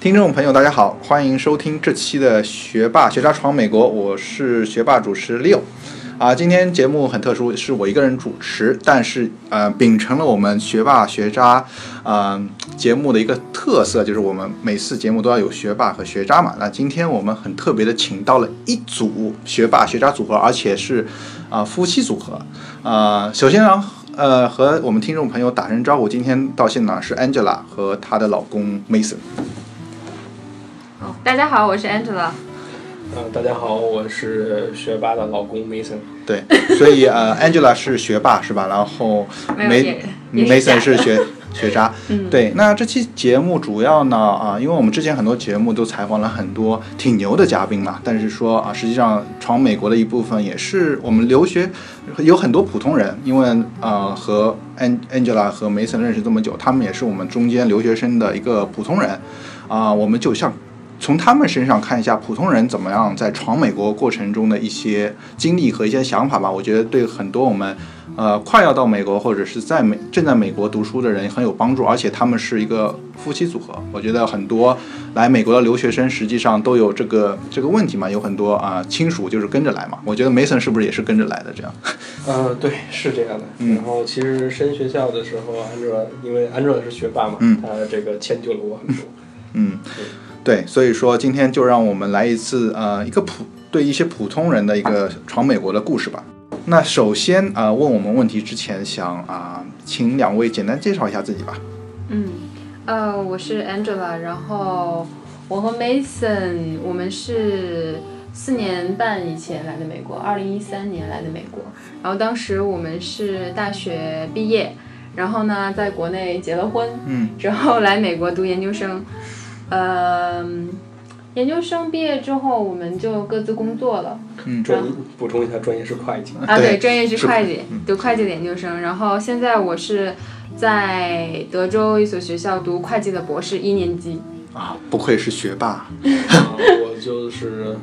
听众朋友，大家好，欢迎收听这期的《学霸学渣闯美国》，我是学霸主持 Leo。啊，今天节目很特殊，是我一个人主持，但是呃，秉承了我们学霸学渣呃节目的一个特色，就是我们每次节目都要有学霸和学渣嘛。那今天我们很特别的请到了一组学霸学渣组合，而且是啊、夫妻组合。呃，首先呢，呃，和我们听众朋友打声招呼，今天到现场是 Angela 和她的老公 Mason。哦大家好，我是 Angela。嗯，大家好，我是学霸的老公 Mason。对，所以呃，Angela 是学霸是吧？然后没有梅也也是假 Mason 的嗯嗯是 学学渣。对，那这期节目主要呢啊，因为我们之前很多节目都采访了很多挺牛的嘉宾嘛，但是说啊，实际上闯美国的一部分也是我们留学有很多普通人，因为呃和 An Angela 和 Mason 认识这么久，他们也是我们中间留学生的一个普通人啊、我们就像从他们身上看一下普通人怎么样在闯美国过程中的一些经历和一些想法吧。我觉得对很多我们呃快要到美国或者是在美正在美国读书的人很有帮助，而且他们是一个夫妻组合。我觉得很多来美国的留学生实际上都有这个这个问题嘛，有很多啊、亲属就是跟着来嘛。我觉得 Mason 是不是也是跟着来的这样？嗯，对，是这样的。嗯然后其实升学校的时候，Angela 因为 Angela 是学霸嘛，嗯她这个迁就了我很多。嗯，对，所以说今天就让我们来一次呃一个普对一些普通人的一个闯美国的故事吧。那首先啊、呃问我们问题之前想啊、请两位简单介绍一下自己吧。嗯，呃，我是 Angela，然后我和 Mason，我们是四年半以前来的美国，二零一三年来的美国，然后当时我们是大学毕业，然后呢，在国内结了婚，嗯，之后来美国读研究生，呃，研究生毕业之后，我们就各自工作了。嗯专补充一下，专业是会 计。啊，对对，专业是是嗯会计，读会计的研究生。然后现在我是在德州一所学校读会计的博士一年级。啊，不愧是学霸。啊，我就是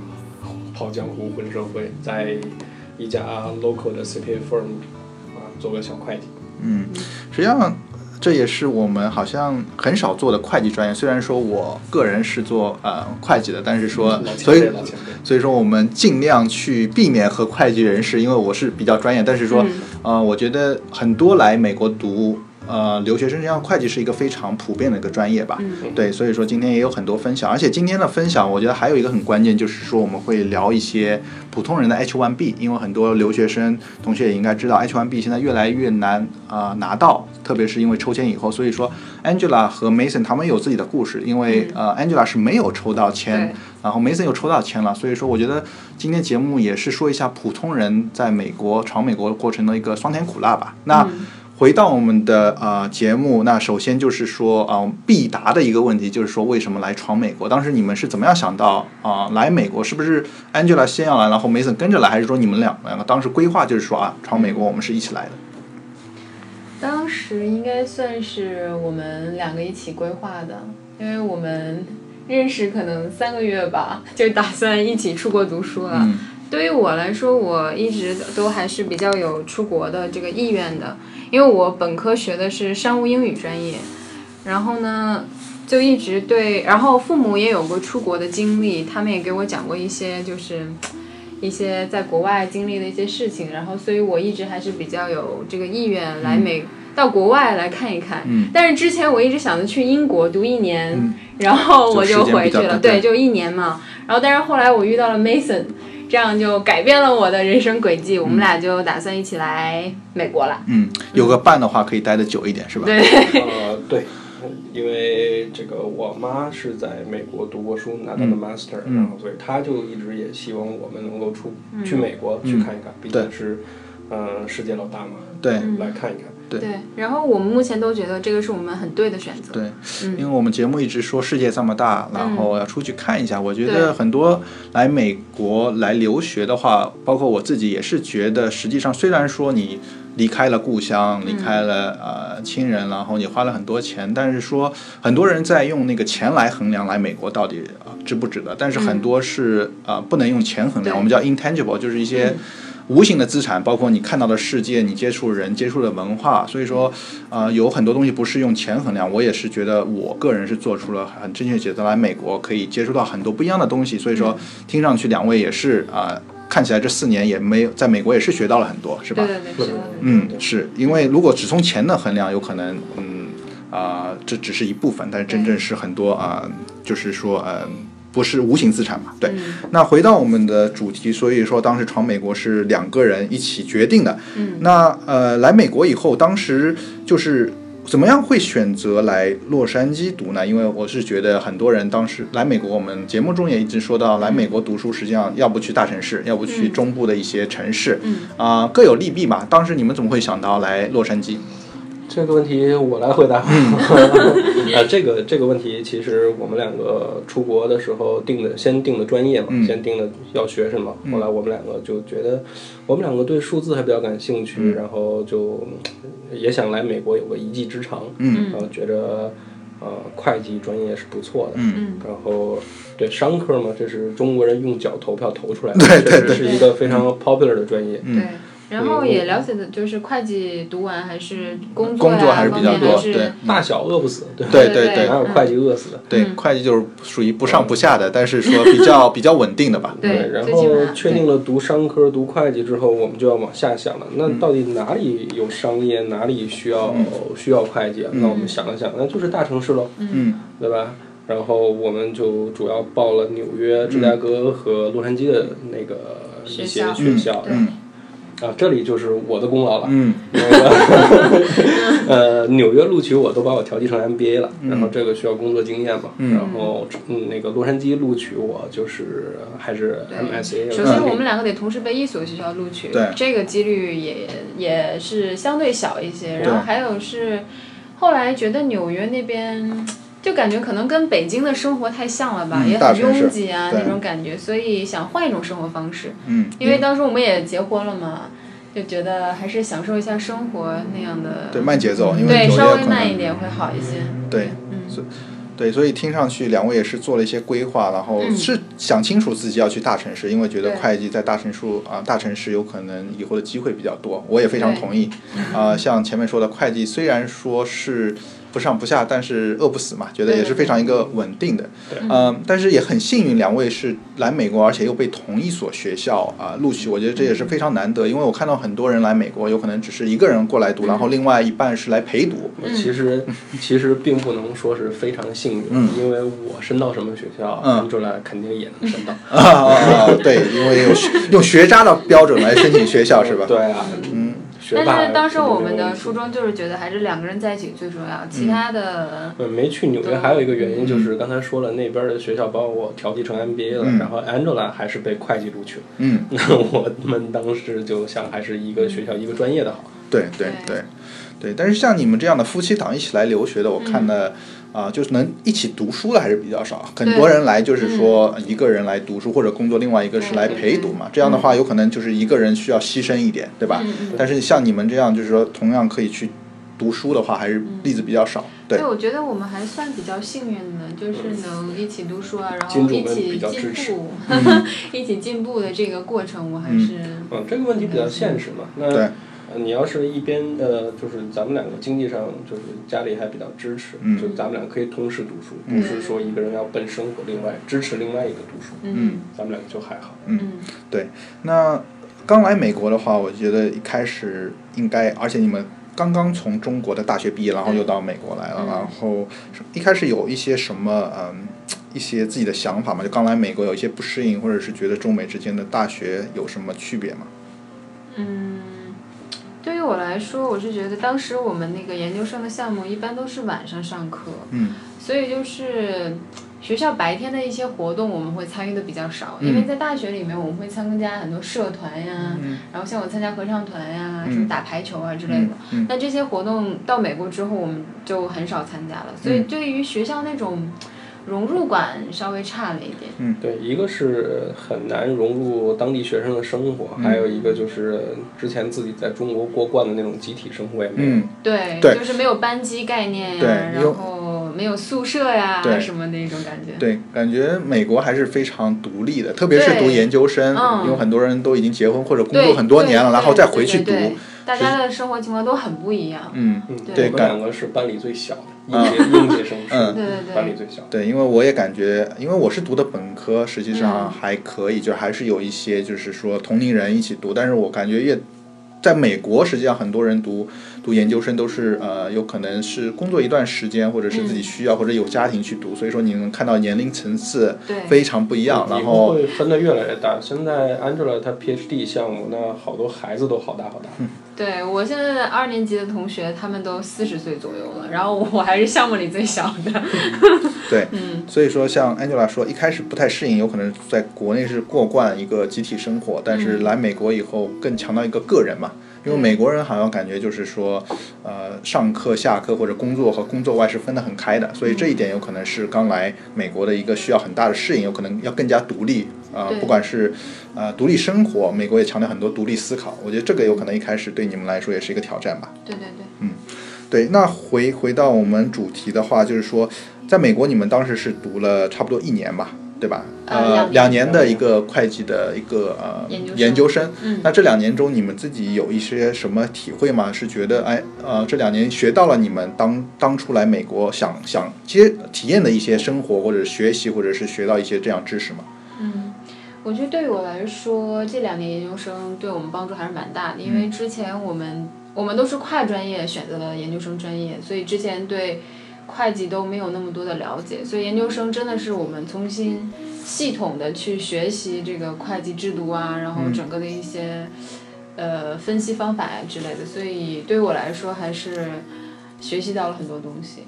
跑江湖混社会，在一家 local 的 CPA firm 啊做个小会计。嗯，实际上这也是我们好像很少做的会计专业。虽然说我个人是做呃会计的，但是说老前所以辈，老前辈。所以说我们尽量去避免和会计人士，因为我是比较专业，但是说，呃，我觉得很多来美国读呃留学生，实际上会计是一个非常普遍的一个专业吧。嗯对，所以说今天也有很多分享，而且今天的分享，我觉得还有一个很关键，就是说我们会聊一些普通人的 H1B，因为很多留学生同学也应该知道，H1B 现在越来越难啊拿到，特别是因为抽签以后，所以说 Angela 和 Mason 他们有自己的故事，因为、呃 Angela 是没有抽到签对，然后 Mason 又抽到签了，所以说我觉得今天节目也是说一下普通人在美国闯美国过程的一个酸甜苦辣吧。那、回到我们的呃节目，那首先就是说啊、呃必答的一个问题就是说为什么来闯美国？当时你们是怎么样想到啊、呃来美国？是不是 Angela 先要来，然后 Mason 跟着来，还是说你们两两个当时规划就是说啊闯美国我们是一起来的？当时应该算是我们两个一起规划的，因为我们认识可能三个月吧，就打算一起出国读书了。嗯对于我来说，我一直都还是比较有出国的这个意愿的，因为我本科学的是商务英语专业，然后呢，就一直对，然后父母也有过出国的经历，他们也给我讲过一些就是一些在国外经历的一些事情，然后所以我一直还是比较有这个意愿来美、到国外来看一看。嗯但是之前我一直想着去英国读一年，然后我就回去就时间比较了，短对，就一年嘛。然后但是后来我遇到了 Mason，这样就改变了我的人生轨迹，我们俩就打算一起来美国了。嗯，有个伴的话可以待得久一点，是吧？对，呃，对，因为这个我妈是在美国读过书，拿到了 master，、然后所以她就一直也希望我们能够出、去美国去看一看，毕竟是嗯、呃世界老大嘛，对来看一看。对对，然后我们目前都觉得这个是我们很对的选择。对，因为我们节目一直说世界这么大，然后要出去看一下。我觉得很多来美国来留学的话，包括我自己也是觉得，实际上虽然说你离开了故乡，离开了、呃亲人，然后你花了很多钱，但是说很多人在用那个钱来衡量来美国到底、呃值不值得，但是很多是、呃不能用钱衡量，我们叫 intangible，就是一些。无形的资产，包括你看到的世界，你接触人、接触的文化，所以说，呃，有很多东西不是用钱衡量。我也是觉得，我个人是做出了很正确抉择，来美国可以接触到很多不一样的东西。所以说，听上去两位也是啊、呃，看起来这四年也没有在美国也是学到了很多，是吧？对对对，是的嗯，是因为如果只从钱的衡量，有可能，嗯啊、呃，这只是一部分，但是真正是很多啊、呃，就是说，嗯。不是无形资产嘛？对。嗯那回到我们的主题，所以说当时闯美国是两个人一起决定的。嗯那呃，来美国以后，当时就是怎么样会选择来洛杉矶读呢？因为我是觉得很多人当时来美国，我们节目中也一直说到，来美国读书实际上要不去大城市，要不去嗯中部的一些城市，嗯啊、各有利弊吧。当时你们怎么会想到来洛杉矶？这个问题我来回答。嗯 啊，这个这个问题，其实我们两个出国的时候定的，先定的专业嘛，嗯先定的要学什么。后来我们两个就觉得，我们两个对数字还比较感兴趣，然后就嗯也想来美国有个一技之长，嗯然后觉着呃会计专业是不错的，嗯嗯然后对商科嘛，这是中国人用脚投票投出来的，确实是一个非常嗯 popular 的专业。对。然后嗯也了解的就是会计读完还是工作工呀作还是比较方面多，还是对大小饿不死，对吧？对对对哪有嗯会计饿死的？对，会计就是属于不上不下的，但是说比 较比较稳定的吧。对然最起啊码后确定了读商科、读会计之后，我们就要往下想了。那到底哪里有商业，哪里需要需要会计啊？那我们想了想，那就是大城市喽，嗯对吧？然后我们就主要报了纽约、芝加哥和洛杉矶的那个一些学校学校。嗯啊，这里就是我的功劳了。嗯那个呃，纽约录取我都把我调剂成 MBA 了，然后这个需要工作经验嘛，然后嗯，那个洛杉矶录取我就是还是 MSA，首先，我们两个得同时被一所学校录取，嗯对这个几率也也是相对小一些。然后还有是，后来觉得纽约那边就感觉可能跟北京的生活太像了吧，嗯也大很城市拥挤啊对那种感觉，所以想换一种生活方式。嗯，因为当时我们也结婚了嘛，就觉得还是享受一下生活那样的，对慢节奏，因为对纽约稍微可能慢一点会好一些。对，嗯所以对，所以听上去两位也是做了一些规划，然后嗯是想清楚自己要去大城市，因为觉得对会计在大城市啊、大城市有可能以后的机会比较多。我也非常对同意，啊、像前面说的，会计虽然说是不上不下，但是饿不死嘛，觉得对也是对非常对一个稳定的。对嗯、但是也很幸运，两位是来美国，而且又被同一所学校啊、录取，我觉得这也是非常难得，因为我看到很多人来美国，有可能只是一个人过来读，然嗯后另外一半是来陪读。我其实其实并不能说是非常幸运，嗯因为我申到什么学校，嗯他们就来肯定也能申到，啊啊啊！对，因为用学用学渣的标准来申请学校是吧？对啊，嗯，学霸。但是当时我们的初。衷就是觉得还是两个人在一起最重要，其他的嗯，没去纽约还有一个原嗯因就是刚才说了，那边的学校把我调剂成 MBA 了，然后 Angela 还是被会计录取了。 嗯，那我们当时就想还是一个学校一个专业的好。对对对对。但是像你们这样的夫妻档一起来留学的，我看了啊、就是能一起读书的还是比较少。很多人来就是说一个人来读书或者工作，另外一个是来陪读嘛。这样的话，有可能就是一个人需要牺牲一点，对嗯吧？但是像你们这样，就是说同样可以去读书的话，还是例子比较少。对对，我觉得我们还算比较幸运的，就是能一起读书啊，然金后主一们起比较支进持步， 一起进步的这个过程，我还是嗯，这个问题比较现实嘛。那对呃你要是一边呃，就是咱们两个经济上就是家里还比较支持，嗯就咱们俩可以同时读书，不是说一个人要奔生活，另外支持另外一个读书，嗯咱们两个就还好。嗯那刚来美国的话，我觉得一开始应该，而且你们刚刚从中国的大学毕业，然后又到美国来了，嗯然后一开始有一些什么嗯一些自己的想法嘛？就刚来美国有一些不适应，或者是觉得中美之间的大学有什么区别吗？嗯。对于我来说，我是觉得当时我们那个研究生的项目一般都是晚上上课，嗯所以就是学校白天的一些活动我们会参与的比较少，嗯因为在大学里面我们会参加很多社团呀，然后像我参加合唱团呀，嗯什么打排球啊之类的。嗯嗯那这些活动到美国之后，我们就很少参加了，嗯所以对于学校那种融入感稍微差了一点。嗯对，一个是很难融入当地学生的生活，嗯还有一个就是之前自己在中国过惯的那种集体生活也没有。嗯，对，对就是没有班级概念呀、对然后没有宿舍呀对什么那种感觉。嗯对，感觉美国还是非常独立的，特别是读对研究生，嗯有很多人都已经结婚或者工对，作很多年了，对然后对再对回去对读对。大家的生活情况都很不一样。嗯，嗯，对对我们感两个是班里最小的，嗯应届应届生是嗯对对班里对，最小的。对，因为我也感觉，因为我是读的本科，实际上嗯还可以，就还是有一些就是说同龄人一起读，但是我感觉越在美国，实际上很多人读读研究生都是呃，有可能是工作一段时间，或者是自嗯己需要，或者有家庭去读，所以说你能看到年龄层次对非常不一样，以然后后会分的越来越大。现在 Angela 她 PhD 项目，那好多孩子都好大好大。对我现在的二年级的同学，他们都四十岁左右了，然后我还是项目里最小的。对，嗯，所以说，像 Angela 说，一开始不太适应，有可能在国内是过惯一个集体生活，但是嗯来美国以后更强调一个个人嘛。因为美国人好像感觉就是说，呃，上课、下课或者工作和工作外是分得很开嗯的，所以这一点有可能是刚来美国的一个需要很大的适应，有可能要更加独立啊、对不管是呃独立生活，美国也强调很多独立思考，我觉得这个有可能一开始对你们来说也是一个挑战吧。对对对。对，那回回到我们主题的话，就是说，在美国你们当时是读了差不多一年吧，对吧？呃呃，两两年的一个会计的一个呃研究生研究生。嗯那这两年中，你们自己有一些什么体会吗？是觉得哎呃，这两年学到了你们当当初来美国想想接体验的一些生活，或者学习，或者是学到一些这样知识吗？嗯，我觉得对于我来说，这两年研究生对我们帮助还是蛮大的，因为之前我们我们都是跨专业选择了研究生专业，所以之前对会计都没有那么多的了解，所以研究生真的是我们重新系统的去学习这个会计制度啊，然后整个的一些、呃分析方法呀之类的，所以对我来说还是学习到了很多东西。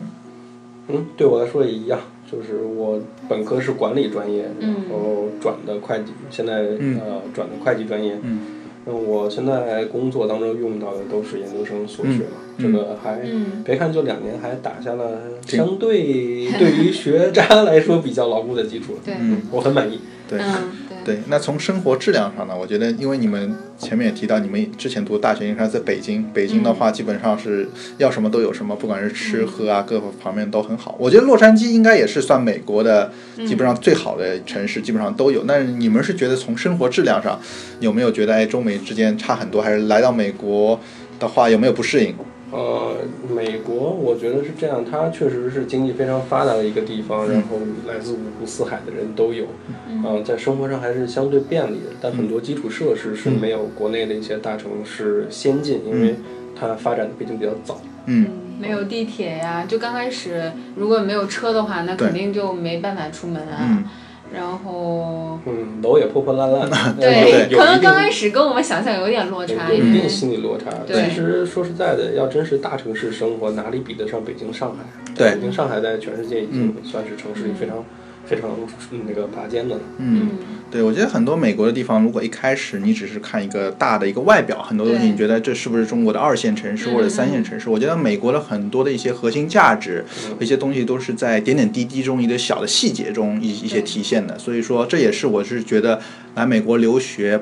嗯，对我来说也一样，就是我本科是管理专业，然嗯后转的会计，现在、嗯呃转的会计专业。嗯那我现在工作当中用到的都是研究生所学嘛，嗯这个还、嗯别看就两年，还打下了挺相对对于学渣来说比较牢固的基础了。对，嗯我很满意。对嗯，对。对，那从生活质量上呢，我觉得，因为你们前面也提到，你们之前读大学应该在北京，北京的话嗯基本上是要什么都有什么，不管是吃喝啊，各方面都很好。我觉得洛杉矶应该也是算美国的嗯基本上最好的城市，基本上都有。但是你们是觉得从生活质量上有没有觉得，哎，中美之间差很多，还是来到美国的话有没有不适应？呃，美国我觉得是这样，它确实是经济非常发达的一个地方，嗯然后来自五湖四海的人都有，嗯、在生活上还是相对便利的，但嗯很多基础设施是没有国内的一些大城市先进，因为它发展的毕竟比较早。嗯嗯，没有地铁呀、就刚开始如果没有车的话，那对肯定就没办法出门啊。嗯，然后，嗯，楼也破破烂烂，嗯对有可能刚有开始跟我们想象有点落一定差，有一因为定心理落差。对其实说实在的，要真是大城市生活，哪里比得上北京、上海？啊对嗯北京、上海在全世界已经算是城市里非常、非常嗯那个拔尖的了。嗯。对，我觉得很多美国的地方，如果一开始你只是看一个大的一个外表，很多东西对你觉得这是不是中国的二线城市嗯或者三线城市？我觉得美国的很多的一些核心价值，一些东西都是在点点滴滴中一个小的细节中一一些体现的。所以说，这也是我是觉得来美国留学。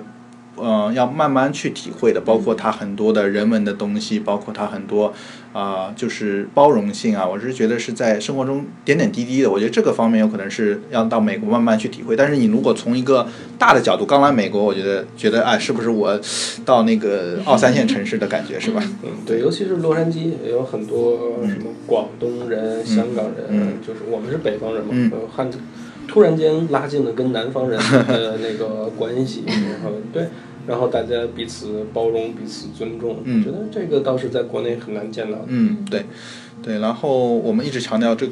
嗯，要慢慢去体会的，包嗯括它很多的人文的东西，包括它很多啊、就是包容性啊，我是觉得是在生活中点点滴滴的。我觉得这个方面有可能是要到美国慢慢去体会。但是你如果从一个大的角度，刚来美国，我觉得觉得哎，是不是我到那个二三线城市的感觉是吧？嗯，对，尤其是洛杉矶也有很多呃什么广东人、香港人，嗯就是我们是北方人嘛，嗯呃，汉族突然间拉近了跟南方人 的那个关系，然后对，然后大家彼此包容、彼此尊重，嗯觉得这个倒是在国内很难见到的。嗯，对，对。然后我们一直强调这，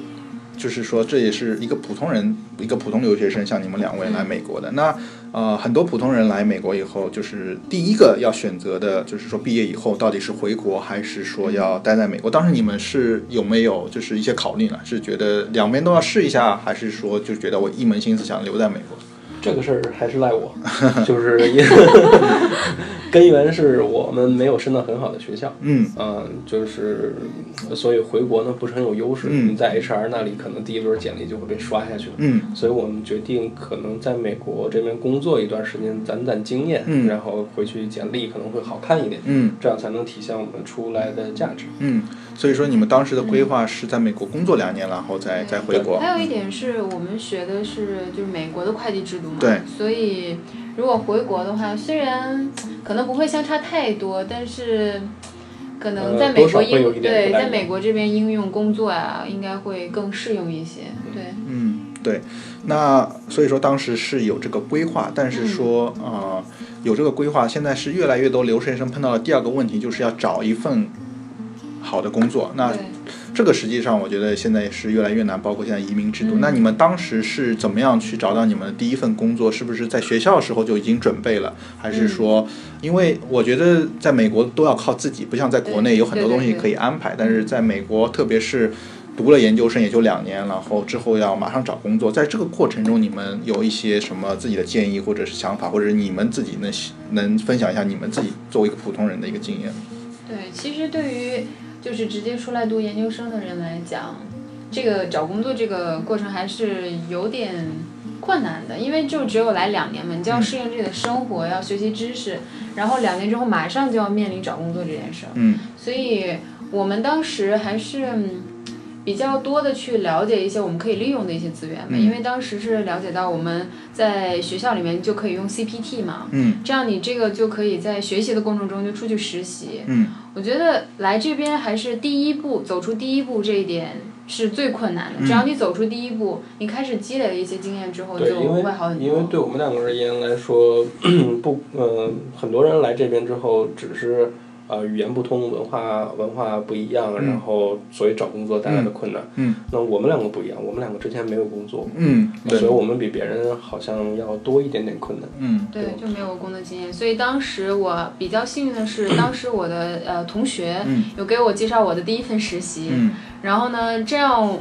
就是说这也是一个普通人，一个普通留学生，像你们两位来美国的。那呃，很多普通人来美国以后，就是第一个要选择的，就是说毕业以后到底是回国还是说要待在美国？当时你们是有没有就是一些考虑呢？是觉得两边都要试一下，还是说就觉得我一门心思想留在美国？ 这个事儿还是赖我，就是因为根源是我们没有升到很好的学校，嗯嗯，就是所以回国呢不是很有优势。嗯你在 HR 那里可能第一轮简历就会被刷下去了。嗯所以我们决定可能在美国这边工作一段时间，攒攒经验，嗯然后回去简历可能会好看一点，嗯这样才能体现我们出来的价值。嗯，所以说你们当时的规划是在美国工作两年，然后再再回国。还有一点是我们学的是就是美国的会计制度嘛，对，所以如果回国的话，虽然可能不会相差太多，但是可能在美国呃多少会有一应点不太对一样在美国这边应用工作啊，应该会更适用一些，对。嗯，对。那所以说当时是有这个规划，但是说呃有这个规划，现在是越来越多留学生碰到的第二个问题，就是要找一份好的工作。那对这个实际上我觉得现在也是越来越难，包括现在移民制度。嗯那你们当时是怎么样去找到你们的第一份工作？是不是在学校的时候就已经准备了，还是说，嗯因为我觉得在美国都要靠自己，不像在国内对有很多对对东西对可以安排，但是在美国，特别是读了研究生也就两年，然后之后要马上找工作，在这个过程中，你们有一些什么自己的建议或者是想法，或者你们自己能能分享一下你们自己作为一个普通人的一个经验？对，其实对于就是直接出来读研究生的人来讲，这个找工作这个过程还是有点困难的，因为就只有来两年嘛，你就要适应自己的生活，要学习知识，然后两年之后马上就要面临找工作这件事儿，嗯所以我们当时还是。嗯比较多的去了解一些我们可以利用的一些资源吧，嗯因为当时是了解到我们在学校里面就可以用 CPT 嘛，嗯这样你这个就可以在学习的过程中就出去实习，嗯我觉得来这边还是第一步，走出第一步这一点是最困难的。嗯只要你走出第一步，你开始积累了一些经验之后，对，就因为会好很因为多。对我们两个而言来说，不，呃，很多人来这边之后只是呃语言不通，文化文化不一样，然后所以找工作带来的困难。嗯那我们两个不一样，我们两个之前没有工作，嗯，所以对，我们比别人好像要多一点点困难。嗯对，就没有工作经验，所以当时我比较幸运 的是，当时我的呃同学嗯有给我介绍我的第一份实习，嗯然后呢，这样，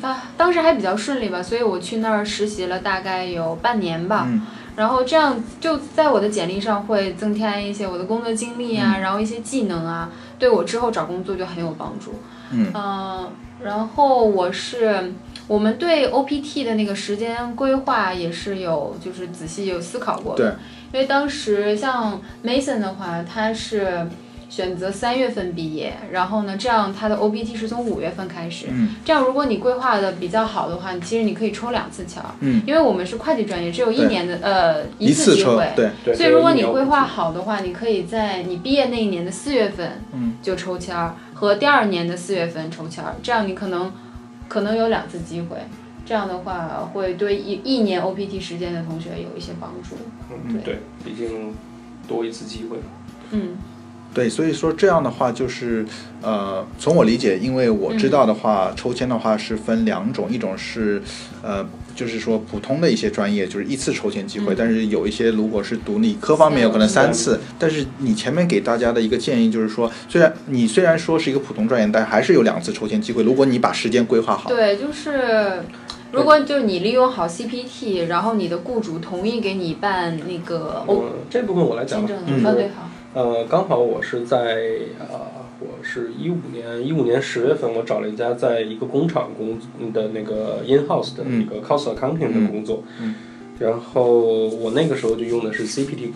发当时还比较顺利吧，所以我去那儿实习了大概有半年吧。嗯然后这样就在我的简历上会增添一些我的工作经历嗯啊，然后一些技能啊，对我之后找工作就很有帮助。嗯呃然后我是我们对 OPT 的那个时间规划也是有就是仔细有思考过的，因为当时像 Mason 的话，他是选择三月份毕业，然后呢，这样他的 OPT 是从五月份开始。嗯这样，如果你规划的比较好的话，你其实你可以抽两次签儿，嗯，因为我们是会计专业，只有一对年的呃一次机抽会，对，对，所以如果你要规划好的话，你可以在你毕业那一年的四月份嗯就抽签儿，和第二年的四月份抽签儿，这样你可能可能有两次机会。这样的话，会对一一年 OPT 时间的同学有一些帮助。嗯，对，毕竟多一次机会。嗯，对，所以说这样的话就是，呃，从我理解，因为我嗯知道的话，抽签的话是分两种，一种是，呃，就是说普通的一些专业就是一次抽签机会，嗯但是有一些如果是读理科方面，有可能三次。但是你前面给大家的一个建议就是说，虽然你虽然说是一个普通专业，但还是有两次抽签机会，如果你把时间规划好。对，就是如果就是你利用好 CPT，然后你的雇主同意给你办那个哦 O 嗯，这部分我来讲签吧。证嗯的，啊对，好，呃，刚好我是在呃，我是一五年一五年十月份，我找了一家在一个工厂工嗯的那个 in house 的嗯一个 cost accounting 的工作，嗯然后我那个时候就用的是 CPT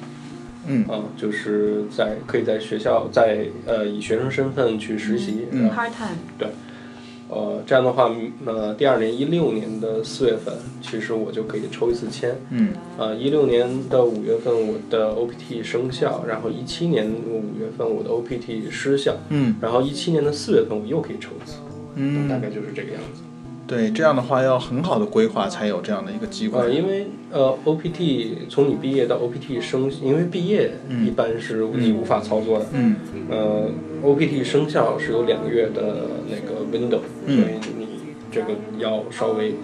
嗯啊、就是在可以在学校在呃以学生身份去实习，嗯然后 part time，呃这样的话，呃第二年一六年的四月份，其实我就可以抽一次签，嗯呃，一六年的五月份我的 OPT 生效，然后一七年五月份我的 OPT 失效，嗯然后一七年的四月份我又可以抽一次，大嗯，概就是这个样子。对，这样的话要很好的规划才有这样的一个机呃，会。因为呃 OPT 从你毕业到 OPT 生，因为毕业嗯一般是你无法操作的，嗯呃 OPT 生效是有两个月的那个 window，、嗯所以你这个要稍微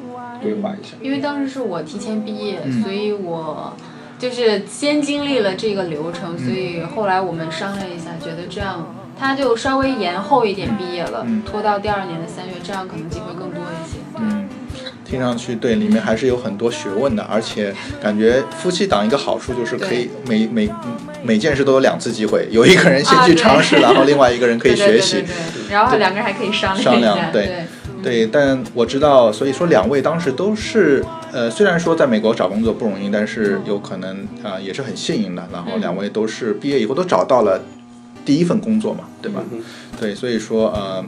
规划一下。因为当时是我提前毕业，嗯所以我就是先经历了这个嗯流程，所以后来我们商量一下，觉得这样他就稍微延后一点毕业了，嗯拖到第二年的三月，这样可能机会更多一些。嗯，听上去对里面还是有很多学问的，而且感觉夫妻档一个好处就是可以每每每件事都有两次机会，有一个人先啊去对尝试，然后另外一个人可以对对学对习对。对然后两个人还可以商商量一量下，对对，对但我知道，所以说两位当时都是，呃，虽然说在美国找工作不容易，但是有可能啊、呃也是很幸运的。然后两位都是毕业以后都找到了第一份工作嘛，对吧？嗯对，所以说呃，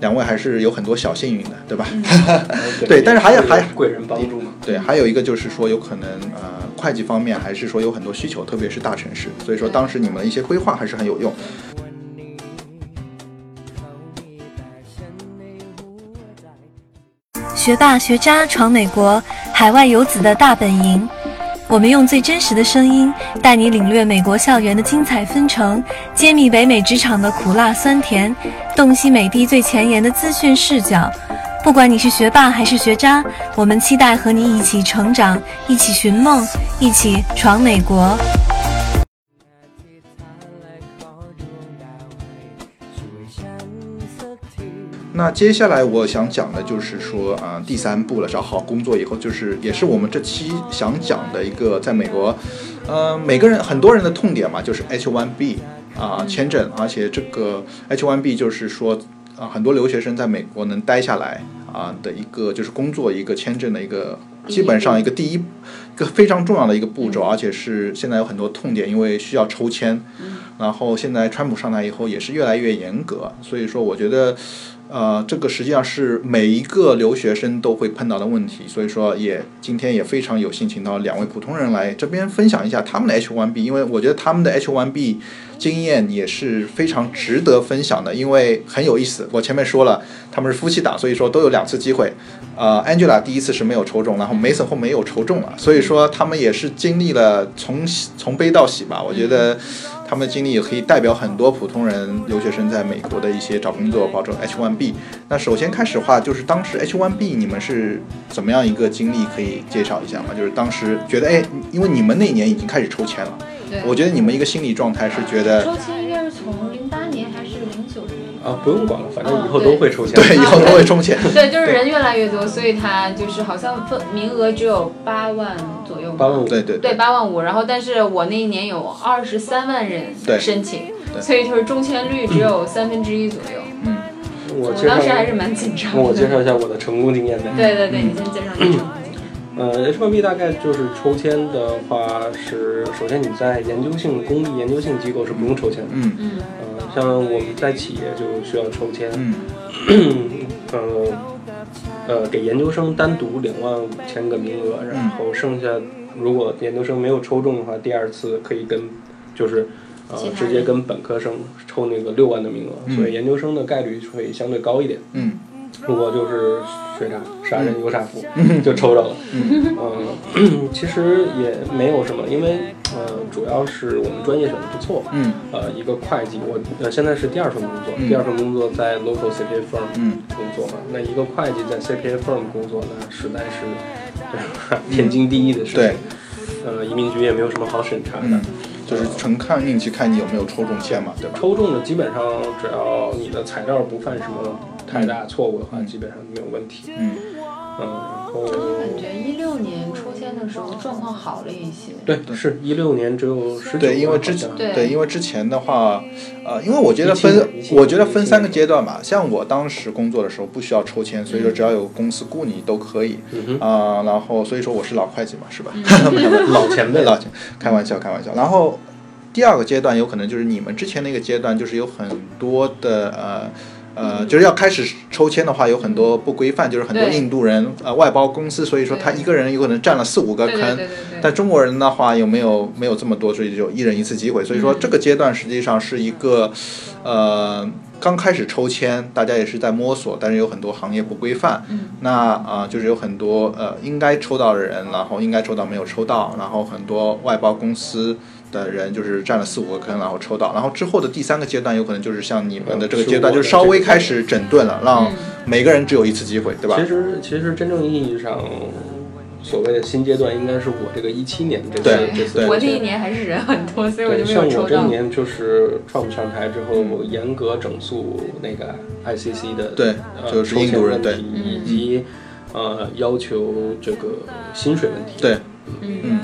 两位还是有很多小幸运的，对吧？哼呃对但是还有也还有贵人帮助嘛，对，还有一个就是说，有可能呃，会计方面还是说有很多需求，特别是大城市，所以说当时你们的一些规划还是很有用。学霸学渣闯美国，海外游子的大本营。我们用最真实的声音，带你领略美国校园的精彩纷呈，揭秘北美职场的苦辣酸甜，洞悉美帝最前沿的资讯视角。不管你是学霸还是学渣，我们期待和你一起成长，一起寻梦，一起闯美国。那接下来我想讲的就是说，啊、第三步了，找好工作以后，就是也是我们这期想讲的一个，在美国，呃，每个人很多人的痛点嘛，就是 H1B 啊、签证，而且这个 H1B 就是说，啊、很多留学生在美国能待下来啊、的一个就是工作一个签证的一个，基本上一嗯个第一。一个非常重要的一个步骤，而且是现在有很多痛点，因为需要抽签，然后现在川普上台以后也是越来越严格，所以说我觉得，呃，这个实际上是每一个留学生都会碰到的问题，所以说也今天也非常有幸请到两位普通人来这边分享一下他们的 H1B，因为我觉得他们的 H1B 经验也是非常值得分享的，因为很有意思。我前面说了，他们是夫妻档，所以说都有两次机会。呃，Angela 第一次是没有抽中，然后 Mason 后面又抽中了，所以说他们也是经历了从喜从悲到喜吧。我觉得他们的经历也可以代表很多普通人留学生在美国的一些找工作，包括 H1B。那首先开始的话，就是当时 H1B 你们是怎么样一个经历，可以介绍一下吗？就是当时觉得，哎，因为你们那一年已经开始抽签了，对我觉得你们一个心理状态是觉得，周期应该是从零八年还是零九年？啊，不用管了，反正以后嗯都会抽签。嗯对，以后都会充钱。对，就是人越来越多，所以他就是好像分名额只有八万左右吧，八万五， 对对对，八万五。然后，但是我那一年有二十三万人对申请对，所以就是中签率只有三分之一左右。嗯嗯我我介绍当时还一是蛮紧张下，我介的。绍一下我的成功经验呗。 对对对，你先 介绍你成功经验。呃，H1B 大概就是抽签的话是，首先你在研究性公立研究性机构是不用抽签的。嗯嗯呃，像我们在企业就需要抽签，嗯呃，呃，给研究生单独两万五千个名额，嗯然后剩下如果研究生没有抽中的话，第二次可以跟就是呃其他人直接跟本科生抽那个六万的名额，嗯所以研究生的概率会相对高一点。嗯我就是学渣，傻人有傻福， 就抽着了。嗯、其实也没有什么，因为呃，主要是我们专业选的不错。嗯呃，一个会计，我呃现在是第二份工作，嗯第二份工作在 local CPA firm 嗯工作嘛。那一个会计在 CPA firm 工作，那实在 是对吧天经地义的事情。对呃，移民局也没有什么好审查的。嗯，就是纯看运气，看你有没有抽中签嘛，对吧？抽中的基本上，只要你的材料不犯什么太大错误的话，嗯基本上没有问题。嗯嗯，然后感觉一六年抽签的时候状况好了一些。对，是一六年只有十九，对，因为之前前对因为之前的话，呃，因为我觉得一七分年一，七年我觉得分三个阶段吧。像我当时工作的时候不需要抽签，所以说只要有公司雇你都可以嗯啊、然后所以说我是老会计嘛，是吧？嗯 哼，老前辈老开玩笑，开玩笑。然后第二个阶段有可能就是你们之前那个阶段，就是有很多的呃。呃，就是要开始抽签的话，有很多不规范，就是很多对印度人呃外包公司，所以说他对一个人有可能占了四五个对坑，对对对对。但中国人的话，有没有没有这么多，所以就一人一次机会。所以说嗯这个阶段实际上是一个，呃，刚开始抽签，大家也是在摸索，但是有很多行业不规范。嗯那啊、呃就是有很多呃应该抽到的人，然后应该抽到没有抽到，然后很多外包公司。的人就是占了四五个坑，然后抽到，然后之后的第三个阶段有可能就是像你们的这个阶段，嗯就是稍微开始整顿了，让嗯每个人只有一次机会，对吧？其实其实真正意义上，所谓的新阶段，应该是我这个一七年这对次这次对我那中一间。年还是人很多，所以我对，就没像有我抽这一到。年就是 Trump 上台之后，严格整肃那个 ICC 的嗯对呃就是抽印签度人问对嗯题以及呃要求这个薪水问题，对，嗯嗯，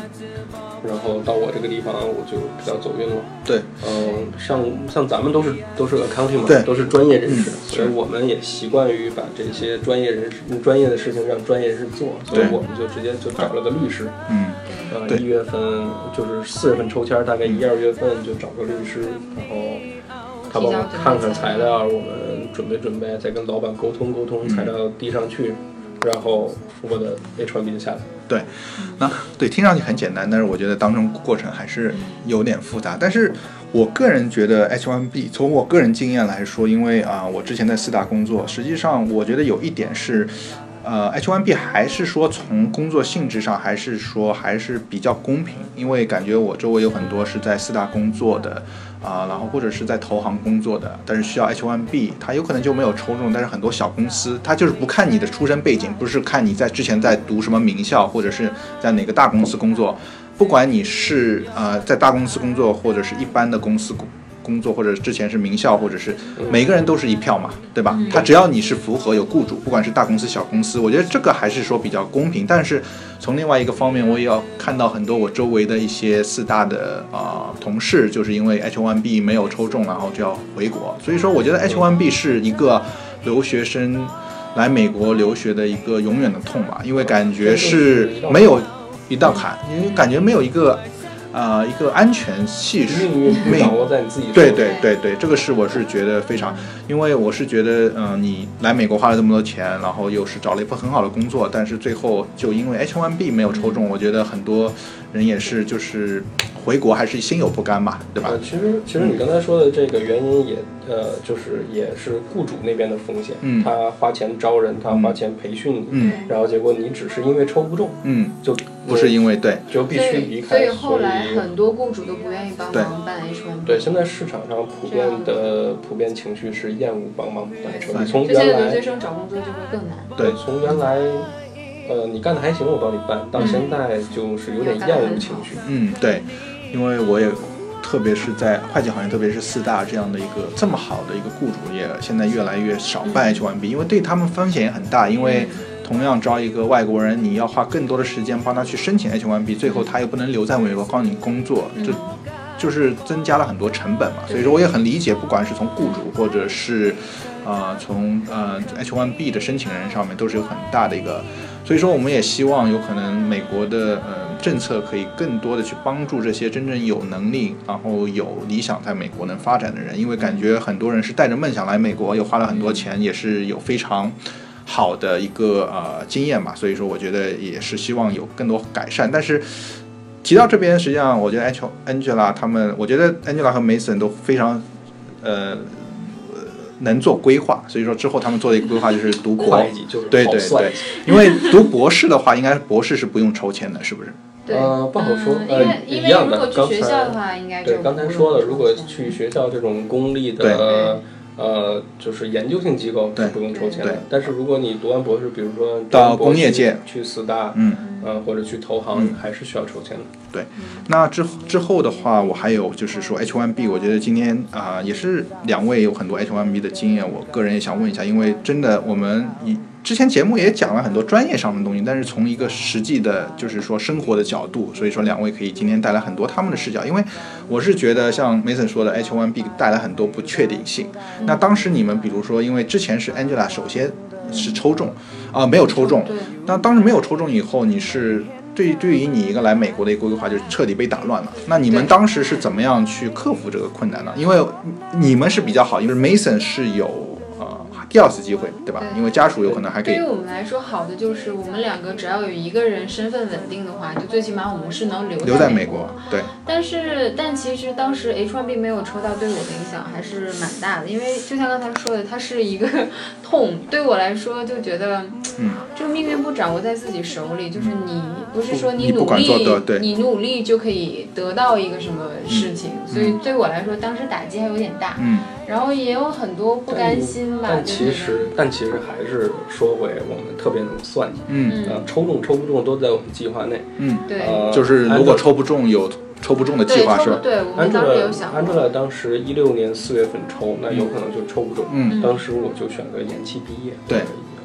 然后到我这个地方我就比较走运了。对，嗯，像像咱们都是都是 accounting 嘛，对都是专业人士，嗯所以我们也习惯于把这些专业人士、专业的事情让专业人士做，所以对我们就直接就找了个律师。嗯，呃，对一月份就是四月份抽签儿，大概一二月份就找个律师，然后他帮我看看材料，啊我们准备准备，再跟老板沟通沟通，材料递上去，然后我的 H 1 B 就下来。对，那对听上去很简单，但是我觉得当中过程还是有点复杂。但是我个人觉得 H1B，从我个人经验来说，因为啊、我之前在四大工作，实际上我觉得有一点是。呃，H1B 还是说从工作性质上，还是说还是比较公平，因为感觉我周围有很多是在四大工作的，啊、然后或者是在投行工作的，但是需要 H1B，他有可能就没有抽中，但是很多小公司他就是不看你的出身背景，不是看你在之前在读什么名校，或者是在哪个大公司工作，不管你是呃在大公司工作，或者是一般的公司工工作，或者之前是名校，或者是每个人都是一票嘛，对吧？他只要你是符合有雇主，不管是大公司小公司，我觉得这个还是说比较公平。但是从另外一个方面，我也要看到很多我周围的一些四大的啊、呃同事，就是因为 H1B 没有抽中，然后就要回国。所以说，我觉得 H1B 是一个留学生。来美国留学的一个永远的痛吧，因为感觉是没有一道坎，因为感觉没有一个呃一个安全系数，命运不命掌握在你自己手对里。对对对，这个是我是觉得非常，因为我是觉得，嗯、你来美国花了这么多钱，然后又是找了一份很好的工作，但是最后就因为 H1B 没有抽中，我觉得很多人也是就是回国还是心有不甘吧，对吧？呃，其实其实你刚才说的这个原因也呃，就是也是雇主那边的风险，嗯他花钱招人，他花钱培训你，嗯然后结果你只是因为抽不中，嗯，就不是因为对，就必所须以离所开，以所以后来很多雇主都不愿意帮忙办 H 1 B，对，现在市场上普这样遍的普遍情绪是厌恶帮忙不带车。你从就现在原留学来生找工作就会更难。对从原来，呃，你干的还行，我帮你办，到现在就是有点厌恶情绪。嗯，对，因为我也，特别是在会计行业，特别是四大这样的一个这么好的一个雇主，也现在越来越少办 H1B，因为对他们风险也很大，因为。同样招一个外国人，你要花更多的时间帮他去申请 H1B，最后他又不能留在美国帮你工作，嗯这就是增加了很多成本嘛。所以说我也很理解，不管是从雇主或者是呃从呃 H1B 的申请人上面，都是有很大的一个。所以说我们也希望有可能美国的呃政策可以更多的去帮助这些真正有能力，然后有理想在美国能发展的人，因为感觉很多人是带着梦想来美国，又花了很多钱，也是有非常。好的一个呃经验吧，所以说我觉得也是希望有更多改善。但是提到这边，实际上我觉嗯得 Angel Angela 他们，我觉得 Angela 和 Mason 都非常呃呃能做规划，所以说之后他们做的一个规划就是读博会计就是嗯对好对算对，因为读博士的话，应该博士是不用抽签的，是不是？对，呃，不好说，嗯因呃为，因一为样如果的。去刚学校的才话，应该对就刚才说了，如果去嗯学校这种公立的对。呃，就是研究性机构对是不用抽签对的，但是如果你读完博士，比如说到读完博士工业界去四大，嗯，呃，或者去投行，还是需要抽签的。对，那之后之后的话，我还有就是说 H1B，我觉得今天啊、也是两位有很多 H1B 的经验，我个人也想问一下，因为真的我们以之前节目也讲了很多专业上的东西，但是从一个实际的，就是说生活的角度，所以说两位可以今天带来很多他们的视角，因为我是觉得像 Mason 说的 H1B 带来很多不确定性。那当时你们比如说，因为之前是 Angela 首先是抽中，啊、没有抽中，那当时没有抽中以后，你是对对于你一个来美国的一个规划就彻底被打乱了。那你们对当时是怎么样去克服这个困难呢？因为你们是比较好，因为 Mason 是有呃第二次机会，对吧？对因为家属有可能还可对以于，我们来说，好的就是我们两个只要有一个人身份稳定的话，就最起码我们是能留留在美国国。，对，但是，但其实当时 H1B 没有抽到，对我的影响还是蛮大的，因为就像刚才说的，它是一个 痛，对我来说就觉得，嗯这个命运不掌握在自己手里，就是你不是说你不努管做力多，对你努力就可以得到一个什么事情，所以对我来说当时打击还有点大，嗯，然后也有很多不甘心吧，但就其是实，但其实还是说回我们特别能算计，嗯呃，抽中抽不中都在我们计划内。嗯，对、呃，就是如果抽不中有抽不中的计对划抽是不吧？对，我们当时有 Angela 想过， Angela 当时一六年四月份抽，那有可能就抽不中。嗯当时我就选择延期毕业。对呃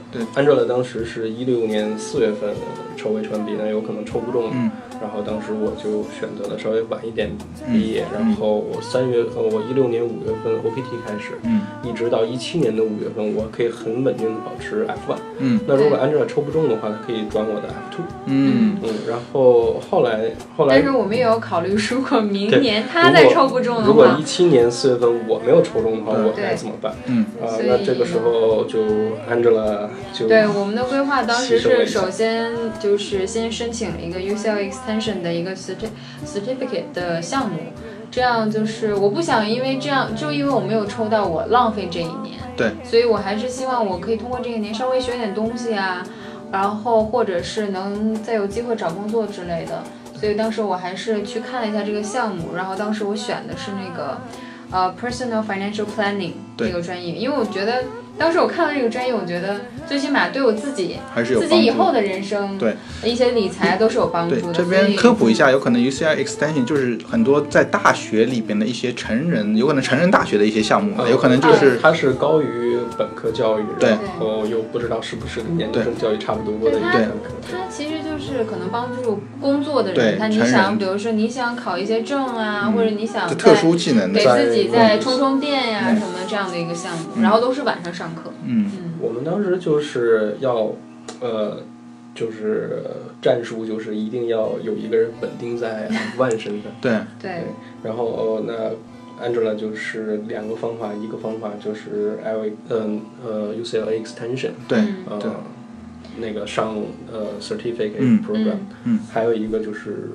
对，Angela 当时是一六年四月份抽维传 B，但有可能抽不中，嗯然后当时我就选择了稍微晚一点嗯毕业，然后我三月，呃，我一六年五月份 OPT 开始，嗯一直到一七年的五月份，我可以很稳定的保持 F one。嗯那如果 Angela 抽不中的话，她可以转我的 F two。嗯嗯，然后后来后来但是我们也有考虑，如果明对年他再如果抽不中的如果话一，七年四月份我没有抽中的话，对我该怎么办？嗯啊、所以那这个时候就 Angela 就对我们的规划当时吸收了是一下首先就是先申请了一个 UCL extension 的一个 certi- certificate 的项目，这样就是我不想因为这样，就因为我没有抽到，我浪费这一年。对，所以我还是希望我可以通过这一年稍微学点东西啊，然后或者是能再有机会找工作之类的。所以当时我还是去看了一下这个项目，然后当时我选的是那个，呃，personal financial planning 对这个专业，因为我觉得当时我看了这个专业，我觉得最起码对我自己还是有自帮己以助后。的人生，对一些理财都是有帮助对的。，这所边以科普一下，有可能 UCI extension 就是很多在大学里边的一些成人，有可能成人大学的一些项目，嗯啊有可能啊就是它是高于本科教育，对然后又不知道是不是跟研究生教育差不多的一个对本科。它其实就是可能帮助工作的对人，他你成想，人比如说你想考一些证啊，嗯或者你想就在特殊技能给的，在自己再嗯充充电呀、嗯什么这样的一个项目，嗯然后都是晚上上课。嗯嗯，我们当时就是要，呃，就是战术就是一定要有一个人稳定在万身份，对，对然后、呃那 Angela 就是两个方法，一个方法就是 L 嗯呃 UCLA extension，对嗯呃对那个上呃 certificate 嗯 program，嗯还有一个就是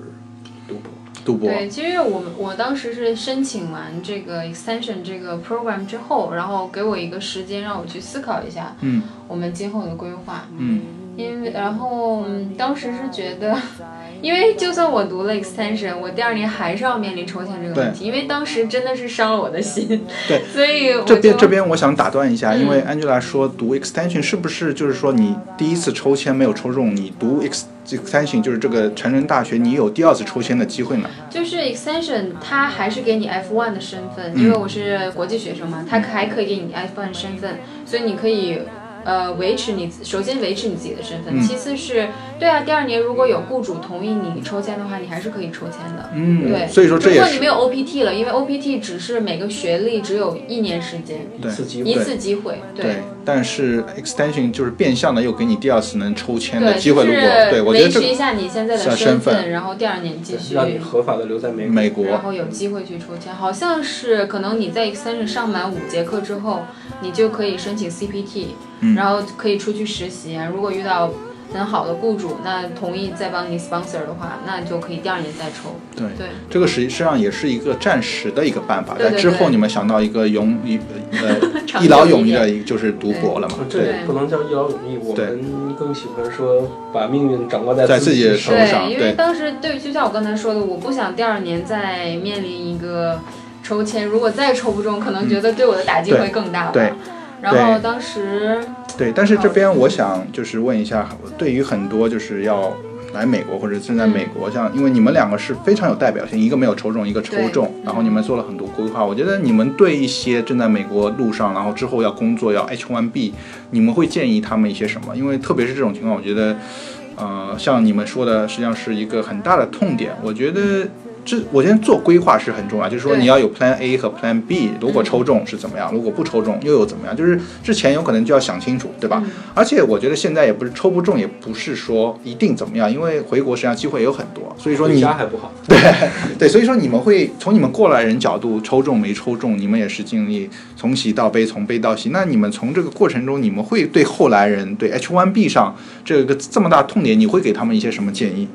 读博。赌博，对，其实我们我当时是申请完这个 extension 这个 program 之后，然后给我一个时间让我去思考一下嗯我们今后的规划，嗯因为然后、嗯当时是觉得。因为就算我读了 extension，我第二年还是要面临抽签这个问题，因为当时真的是伤了我的心。对，所以我这边就这边我想打断一下，嗯因为 Angela 说读 extension 是不是就是说你第一次抽签没有抽中，你读 ex extension 就是这个成人大学，你有第二次抽签的机会呢？就是 extension，它还是给你 F1 的身份，嗯因为我是国际学生嘛，它还可以给你 F1 身份，所以你可以。呃，维持你首先维持你自己的身份，嗯其次是对啊，第二年如果有雇主同意你抽签的话，你还是可以抽签的。嗯，对，所以说这如也果你是没有 OPT 了，因为 OPT 只是每个学历只有一年时间，一次机一会，次机会，对，但是 extension 就是变相的又给你第二次能抽签的对，机会。就如是果对我觉维得这持个一下你现在是啊的身份份，然后第二年继续让你合法的留在美国。美国然后有机会去抽签，好像是可能你在 extension 上满五节课之后，你就可以申请 CPT，、嗯然后可以出去实习啊。如果遇到很好的雇主，那同意再帮你 sponsor 的话，那就可以第二年再抽。对对这个实际上也是一个暂时的一个办法，对对但之后对你们想到一个永一 长呃久一一劳永逸点的，就是读博了嘛啊。这对也不能叫一劳永逸，我对们更喜欢说把命运掌握在在自自己的手手上对，因为对当时对，就像我刚才说的，我不想第二年再面临一个抽签，如果再抽不中，可能觉得对我的打击嗯对会更大吧。对然后对当时对，但是这边我想就是问一下，对于很多就是要来美国或者正在美国，嗯像因为你们两个是非常有代表性，一个没有抽中，一个抽中，然后你们做了很多规划。我觉得你们对一些正在美国路上，然后之后要工作要 H1B，你们会建议他们一些什么？因为特别是这种情况，我觉得，呃，像你们说的，实际上是一个很大的痛点。我觉得。这我觉得做规划是很重要，就是说对嗯你要有 Plan A 和 Plan B，如果抽中是怎么样，如果不抽中又有怎么样，就是之前有可能就要想清楚，对吧？嗯而且我觉得现在也不是抽不中，也不是说一定怎么样，因为回国实际上机会也有很多，所以说回你家还不好，对，所以说你们会从你们过来人角度抽中没抽中，你们也是经历从喜到悲，从悲到喜。那你们从这个过程中，你们会对后来人对 H1B 上这个这么大痛点，你会给他们一些什么建议？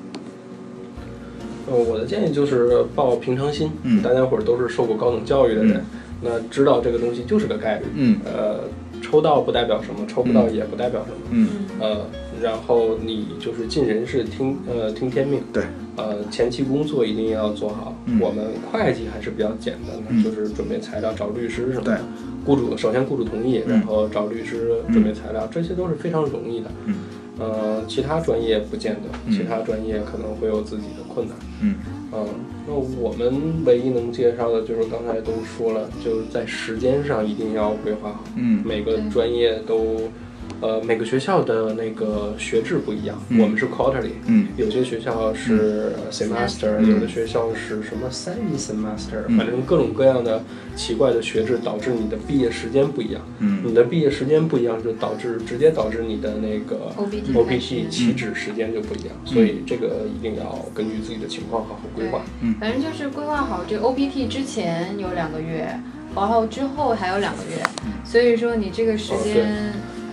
呃，我的建议就是抱平常心，嗯大家伙儿都是受过高等教育的人，那知道这个东西就是个概率，嗯呃，抽到不代表什么，抽不到也不代表什么，嗯呃，然后你就是尽人事，听呃听天命，对，呃，前期工作一定要做好。嗯我们会计还是比较简单的，嗯就是准备材料、找律师什么对的。雇主首先雇主同意，嗯然后找律师嗯准备材料，这些都是非常容易的。嗯呃，其他专业不见得，嗯其他专业可能会有自己的困难。嗯嗯，那我们唯一能介绍的就是刚才都说了，就是在时间上一定要规划好，嗯每个专业都呃，每个学校的那个学制不一样，嗯我们是 quarterly，嗯有些学校是呃 semester，、嗯有的学校是什么 semi semester，、反正各种各样的奇怪的学制，导致你的毕业时间不一样。嗯你的毕业时间不一样，就导致直接导致你的那个 OBT 开始 OPT 起止时间就不一样，嗯所以这个一定要根据自己的情况好好规划。嗯反正就是规划好这个 OPT 之前有两个月，然后之后还有两个月，嗯所以说你这个时间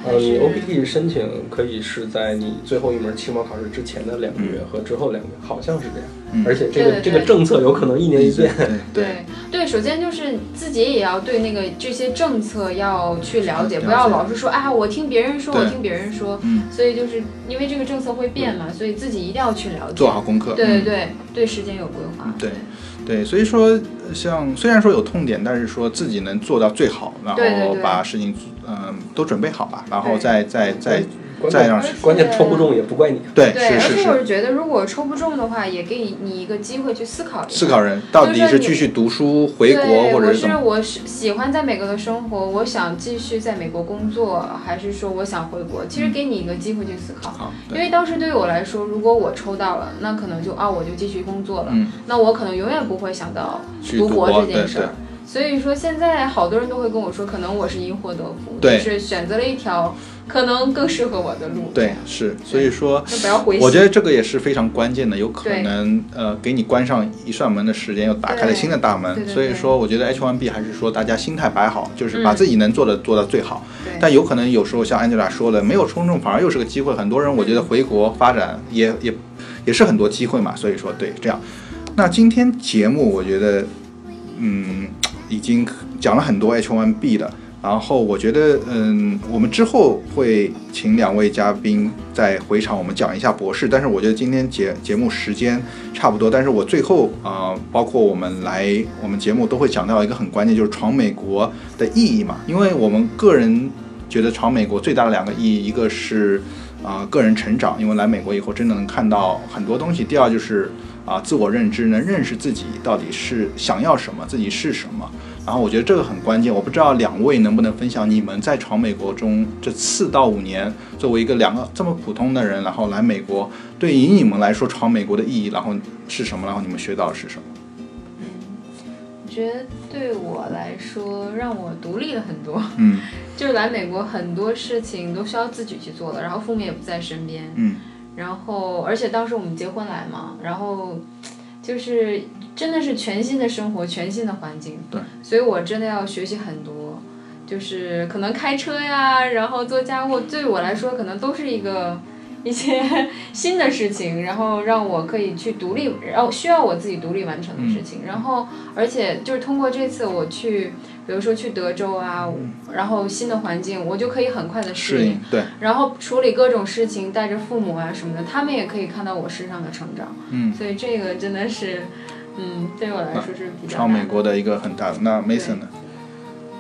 还哦呃，你是 OPT 申请可以是在你最后一门期末考试之前的两个嗯月和之后两个月，好像是这样。而且这个对对这个对政策有可能一年一变。对对对对，首先就是自己也要对那个这些政策要去了解，嗯了解不要老是说啊，我听别人说，对我听别人说嗯，所以就是因为这个政策会变嘛，所以自己一定要去了解。做好功课。对对嗯对，对时间有规划。对对，所以说像虽然说有痛点，但是说自己能做到最好，然对对后对把事情嗯、都准备好吧，然后对再再再嗯关再键让而关键且抽不中也不怪你。对对，是而是且我是是觉得，如果抽不中的话，也给你一个机会去思考一下。思考人到底就是是你继续读书回对，国或者我是怎是么我是喜欢在美国的生活，我想继续在美国工作，还是说我想回国？其实给你一个机会去思考。嗯好？因啊对为当时对于我来说，如果我抽到了，那可能就啊，我就继续工作了。嗯那我可能永远不会想到去读博博这件对事儿。所以说，现在好多人都会跟我说，可能我是因祸得福，对就是选择了一条可能更适合我的路。对，是，所以说。就不要灰心。我觉得这个也是非常关键的，有可对能呃给你关上一扇门的时间，又打开了对新的大门。对对对所以说，我觉得 H1B 还是说大家心态摆好，就是把嗯自己能做的做到最好。对但有可能有时候像 Angela 说的，没有冲动反而又是个机会。很多人我觉得回国发展也也也是很多机会嘛，所以说对这样。那今天节目我觉得，嗯，已经讲了很多 H1B 了。然后我觉得，嗯，我们之后会请两位嘉宾再回场，我们讲一下博士。但是我觉得今天节节目时间差不多，但是我最后啊、呃包括我们来我们节目都会讲到一个很关键，就是闯美国的意义嘛。因为我们个人觉得闯美国最大的两个意义，一个是啊、个人成长，因为来美国以后真的能看到很多东西；第二就是啊、自我认知，能认识自己到底是想要什么，自己是什么。然后我觉得这个很关键，我不知道两位能不能分享你们在闯美国中这四到五年，作为一个两个这么普通的人，然后来美国，对于你们来说闯美国的意义，然后是什么？然后你们学到的是什么？我觉得对我来说，让我独立了很多。嗯就是来美国，很多事情都需要自己去做了，然后父母也不在身边。嗯然后而且当时我们结婚来嘛，然后就是真的是全新的生活，全新的环境，对，所以我真的要学习很多，就是可能开车呀，然后做家务，对我来说可能都是一个。一些 新的事情，然后让我可以去独立，然后需要我自己独立完成的事情，然后而且就是通过这次我去，比如说去德州啊，然后新的环境，我就可以很快的适适应应，对，然后处理各种事情，带着父母啊什么的，他们也可以看到我身上的成长，嗯，所以这个真的是，嗯，对我来说是比较闯难美的国的一个很大的。那 Mason 呢？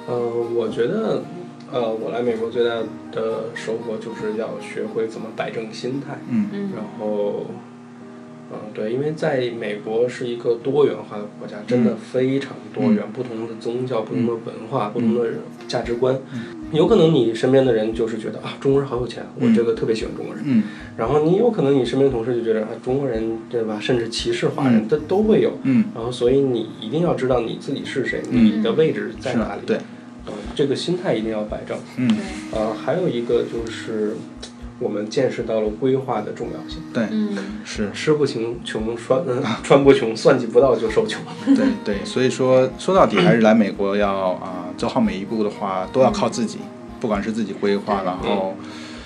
呃，我觉得，呃，我来美国最大的收获就是要学会怎么摆正心态，嗯嗯然后，嗯、对，因为在美国是一个多元化的国家，真的非常多嗯元，不同的宗教、不同的文化、不同的价值观，嗯有可能你身边的人就是觉得啊，中国人好有钱，我这个特别喜欢中国人。嗯然后你有可能你身边同事就觉得啊，中国人对吧，甚至歧视华人，这、都会有。嗯，然后所以你一定要知道你自己是谁，嗯你的位置在是啊哪里，对，呃这个心态一定要摆正。嗯呃，还有一个就是我们见识到了规划的重要性，对，嗯，是。吃不穷穷，穿、呃、穿不穷，算计不到就受穷。对对，所以说说到底还是来美国要啊、走好每一步的话，都要靠自己，不管是自己规划，然后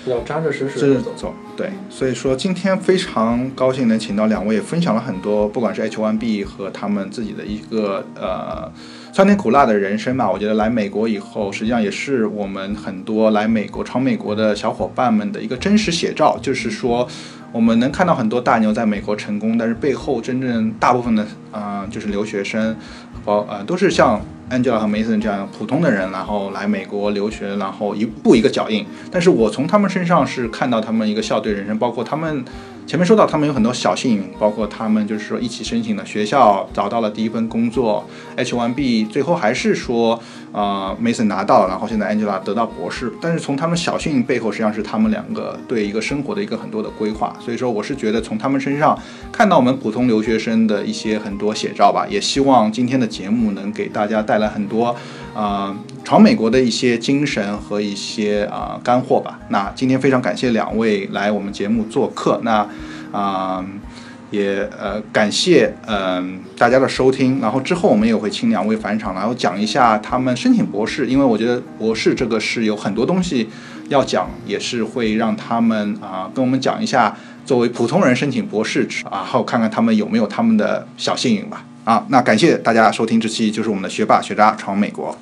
要扎扎实实这的是走。走对，所以说今天非常高兴能请到两位，也分享了很多，不管是 H1B 和他们自己的一个呃酸甜苦辣的人生吧。我觉得来美国以后，实际上也是我们很多来美国、闯美国的小伙伴们的一个真实写照，就是说。我们能看到很多大牛在美国成功，但是背后真正大部分的，呃，就是留学生，包呃都是像 Angela 和 Mason 这样普通的人，然后来美国留学，然后一步一个脚印。但是我从他们身上是看到他们一个校队人生，包括他们前面说到他们有很多小幸运，包括他们就是说一起申请了学校，找到了第一份工作，H1B，最后还是说呃 Mason 拿到了，然后现在 Angela 得到博士。但是从他们小幸运背后，实际上是他们两个对一个生活的一个很多的规划。所以说，我是觉得从他们身上看到我们普通留学生的一些很多写照吧。也希望今天的节目能给大家带来很多啊。呃闯美国的一些精神和一些啊、呃、干货吧。那今天非常感谢两位来我们节目做客，那啊、呃、也呃感谢嗯、呃、大家的收听。然后之后我们也会请两位返场，然后讲一下他们申请博士，因为我觉得博士这个是有很多东西要讲，也是会让他们啊跟我们讲一下作为普通人申请博士，然后看看他们有没有他们的小幸运吧。啊，那感谢大家收听这期就是我们的学霸学渣闯美国。